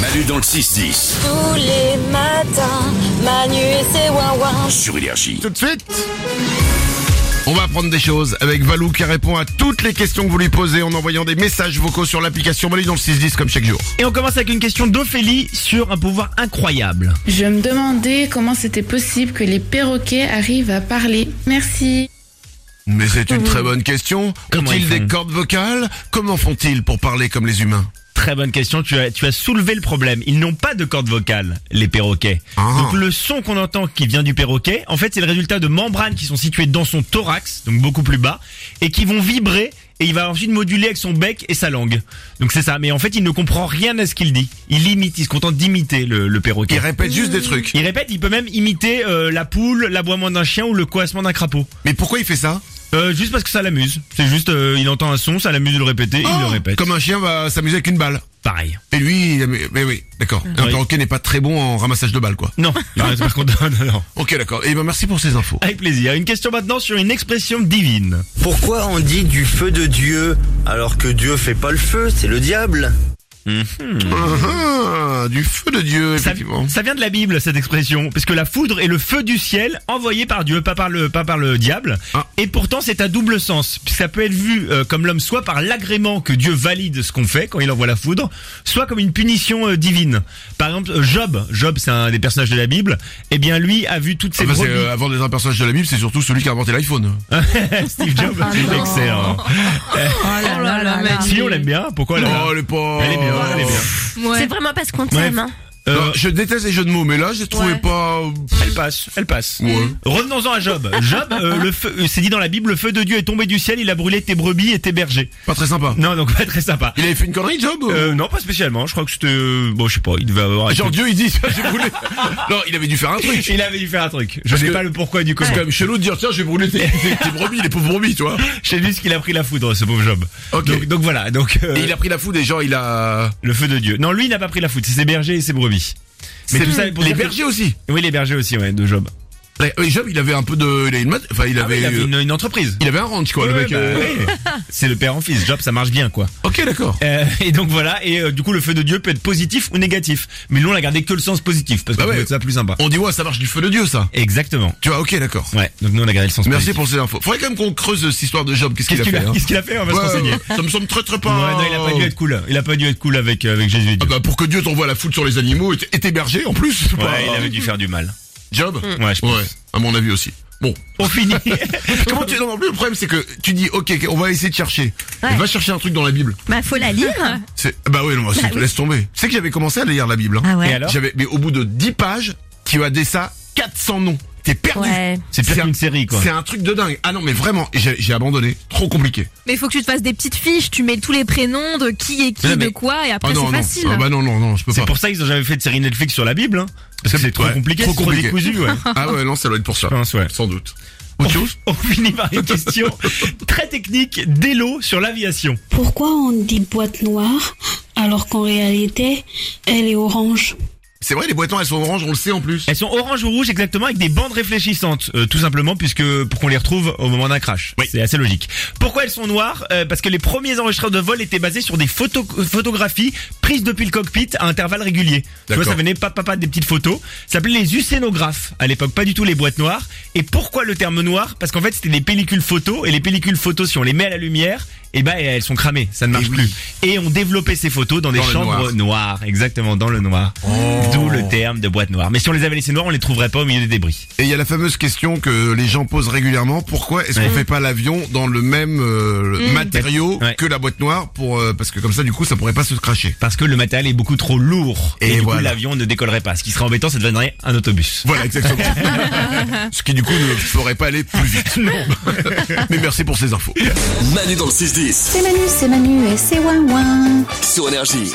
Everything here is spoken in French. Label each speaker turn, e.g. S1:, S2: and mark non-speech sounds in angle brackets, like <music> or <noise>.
S1: Manu dans le 6-10
S2: Tous les matins, Manu et ses ouin
S1: sur Énergie.
S3: Tout de suite on va apprendre des choses avec Valou qui répond à toutes les questions que vous lui posez en envoyant des messages vocaux sur l'application Manu dans le 610 comme chaque jour.
S4: Et on commence avec une question d'Ophélie sur un pouvoir incroyable.
S5: Je me demandais comment c'était possible que les perroquets arrivent à parler. Merci.
S3: Mais c'est une très bonne question.
S4: Comment
S3: Ont-ils
S4: ils font
S3: des cordes vocales Comment font-ils pour parler comme les humains
S4: Très bonne question, tu as, tu as soulevé le problème. Ils n'ont pas de corde vocale, les perroquets.
S3: Ah.
S4: Donc le son qu'on entend qui vient du perroquet, en fait c'est le résultat de membranes qui sont situées dans son thorax, donc beaucoup plus bas, et qui vont vibrer, et il va ensuite moduler avec son bec et sa langue. Donc c'est ça, mais en fait il ne comprend rien à ce qu'il dit. Il imite, il se contente d'imiter le, le perroquet.
S3: Ils répètent juste des trucs.
S4: Il répète, il peut même imiter euh, la poule, l'aboiement d'un chien ou le coassement d'un crapaud.
S3: Mais pourquoi il fait ça
S4: Euh, juste parce que ça l'amuse. C'est juste, euh, il entend un son, ça l'amuse de le répéter, il le répète.
S3: Comme un chien va s'amuser avec une balle.
S4: Oh Pareil.
S3: Et lui, il aime- mais Ah. oui, d'accord. Un
S4: Oui.
S3: perroquet n'est pas très bon en ramassage de balles, quoi.
S4: Non, <laughs> non, c'est par contre, non, non, non.
S3: Ok, d'accord. Et ben merci pour ces infos.
S4: Avec plaisir. Une question maintenant sur une expression divine.
S6: Pourquoi on dit du feu de Dieu alors que Dieu fait pas le feu, c'est le diable
S3: Ah, ah, du feu de Dieu,
S4: Ça,
S3: effectivement.
S4: ça vient de la Bible, cette expression, parce que la foudre est le feu du ciel envoyé par Dieu, pas par le, pas par le diable.
S3: Ah.
S4: Et pourtant, c'est à double sens. puisque Ça peut être vu euh, comme l'homme soit par l'agrément que Dieu valide ce qu'on fait quand il envoie la foudre, soit comme une punition euh, divine. Par exemple, euh, Job, Job, c'est un des personnages de la Bible. Eh bien, lui a vu toutes ses
S3: Ah bah, c'est,
S4: brebis.
S3: euh, avant d'être un personnage de la Bible, c'est surtout celui qui a inventé l'iPhone.
S4: <laughs> Steve Jobs, excellent. Si on l'aime bien, pourquoi la-
S3: Oh, elle est pas.
S4: Elle est bien, elle est bien.
S7: C'est vraiment parce qu'on
S4: Bref.
S7: t'aime. hein.
S4: Euh,
S3: Non, je déteste les jeux de mots, mais là, j'ai trouvé
S7: Ouais.
S3: pas.
S4: Elle passe, elle passe.
S3: Ouais.
S4: Revenons-en à Job. Job, euh, le feu, euh, c'est dit dans la Bible, le feu de Dieu est tombé du ciel, il a brûlé tes brebis et tes bergers.
S3: Pas très sympa.
S4: Non, donc pas très sympa.
S3: Il avait fait une connerie, Job ou-
S4: Euh, non, pas spécialement. Je crois que c'était, euh, bon, je sais pas, il devait avoir.
S3: Genre Dieu, il dit, je vais
S4: <laughs>
S3: brûler. non, il avait dû faire un truc.
S4: Il avait dû faire un truc. Je
S3: Parce
S4: sais
S3: que-
S4: pas le pourquoi du comment.
S3: C'est quand même chelou de dire, tiens, je vais brûler tes, tes- tes brebis, les pauvres brebis, tu vois.
S4: <laughs> Je sais juste qu'il a pris la foudre, ce pauvre Job.
S3: Ok.
S4: Donc, donc voilà. Donc euh,
S3: Et il a pris la foudre et genre, il a...
S4: le feu de Dieu. Non, lui, il n'a pas pris la foudre. C'est ses bergers et ses brebis. Mais
S3: C'est-
S4: tout ça pour
S3: les
S4: dire que-
S3: bergers aussi.
S4: Oui, les bergers aussi, ouais, de Job.
S3: Ouais, et Job, il avait un peu de... Il avait une mat- Enfin, il
S4: Ah oui,
S3: avait...
S4: il avait
S3: euh,
S4: une, une entreprise.
S3: Il avait un ranch, quoi, le
S4: Ouais,
S3: mec.
S4: bah,
S3: euh,
S4: ouais. <laughs> C'est le père en fils. Job, ça marche bien, quoi.
S3: Ok, d'accord.
S4: Euh, et donc voilà, et euh, du coup le feu de Dieu peut être positif ou négatif. Mais nous on l'a gardé que le sens positif, parce que
S3: Bah ouais.
S4: c'est ça plus sympa.
S3: On dit, ouais, ça marche du feu de Dieu, ça.
S4: Exactement.
S3: Tu vois, ok, d'accord.
S4: Ouais, donc nous on a gardé le sens
S3: Merci
S4: positif.
S3: pour ces infos. Faudrait quand même qu'on creuse cette histoire de Job. Qu'est-ce qu'il
S4: Qu'est-ce
S3: a
S4: qu'il
S3: fait
S4: a,
S3: hein
S4: qu'est-ce qu'il a fait On va
S3: Ouais,
S4: se renseigner.
S3: Ça me semble très très pas...
S4: Ouais, non, il a pas dû être cool. Il a pas dû être cool avec, euh, avec Jésus et Dieu.
S3: Ah bah, pour que Dieu t'envoie la foudre sur les animaux et t- et tes bergers, en plus. c'est pas-
S4: Ouais, il avait dû faire du
S3: <laughs>
S4: mal.
S3: Job
S4: Ouais, je pense.
S3: Ouais, à mon avis aussi.
S4: <laughs>
S3: Bon,
S4: On finit.
S3: Comment tu non, non, le problème c'est que tu dis ok on va essayer de chercher.
S7: Ouais.
S3: Va chercher un truc dans la Bible.
S7: Bah faut la lire.
S8: <laughs>
S3: C'est ah bah oui non, c'est- laisse tomber. Tu sais que j'avais commencé à lire la Bible. hein.
S7: Ah ouais.
S4: Et alors
S3: J'avais mais au bout de 10 pages, tu as dès ça 400 noms. T'es perdu.
S7: Ouais.
S4: C'est pire
S3: un-
S4: qu'une série quoi.
S3: C'est un truc de dingue. Ah non mais vraiment, j'ai j'ai abandonné. Trop compliqué.
S8: Mais faut que tu te fasses des petites fiches, tu mets tous les prénoms de qui est qui,
S3: Mais-
S8: de quoi, et
S3: Ah
S8: après
S3: non non.
S8: c'est facile.
S3: Ah bah non non non, je peux
S4: C'est
S3: pas.
S4: pour ça qu'ils ont jamais fait de série Netflix sur la Bible, hein. Parce que
S3: C'est-
S4: c'est trop
S3: ouais,
S4: compliqué,
S3: trop
S4: c'est trop
S3: compliqué.
S4: décousu,
S3: <laughs>
S4: ouais. Je
S3: Ah ouais non, ça doit être pour ça.
S4: pense, ouais.
S3: Sans doute.
S4: On,
S3: Autre chose
S4: on finit par
S3: <laughs>
S4: une question très technique d'Elo sur l'aviation.
S9: Pourquoi on dit boîte noire alors qu'en réalité, elle est orange
S3: C'est vrai les boîtes noires elles sont oranges, on le sait en plus.
S4: Elles sont orange ou rouge exactement avec des bandes réfléchissantes, euh, tout simplement puisque pour qu'on les retrouve au moment d'un crash. C'est assez logique. Pourquoi elles sont noires Euh, Parce que les premiers enregistreurs de vol étaient basés sur des photo- euh, photographies prises depuis le cockpit à intervalles réguliers. Tu vois,
S3: D'accord.
S4: ça venait pas papa des petites photos. Ça s'appelait les usénographes à l'époque, pas du tout les boîtes noires. Et pourquoi le terme noir Parce qu'en fait c'était des pellicules photos et les pellicules photos si on les met à la lumière, eh ben elles sont cramées, ça ne marche
S3: Eh oui.
S4: plus. Et on développait ces photos dans des
S3: Dans le
S4: chambres
S3: noir. Oh.
S4: noires, exactement dans le noir. D'où le terme de boîte noire. Mais si on les avait laissées noires, on les trouverait pas au milieu des débris.
S3: Et il y a la fameuse question que les gens posent régulièrement pourquoi est-ce qu'on fait pas l'avion dans le même euh, matériau
S4: Mm. Ouais.
S3: que la boîte noire pour euh, parce que comme ça du coup ça pourrait pas se cracher.
S4: Parce que le matériel est beaucoup trop lourd.
S3: Et
S4: Et, du
S3: voilà.
S4: coup, l'avion ne décollerait pas. Ce qui serait embêtant, ça deviendrait un autobus.
S3: Voilà
S4: <laughs>
S3: exactement. Ce qui du coup ne ferait pas aller plus vite. <laughs> Mais merci pour ces infos.
S1: Manu dans le 6-10
S2: C'est Manu, c'est Manu et ses ouin
S1: sur Énergie.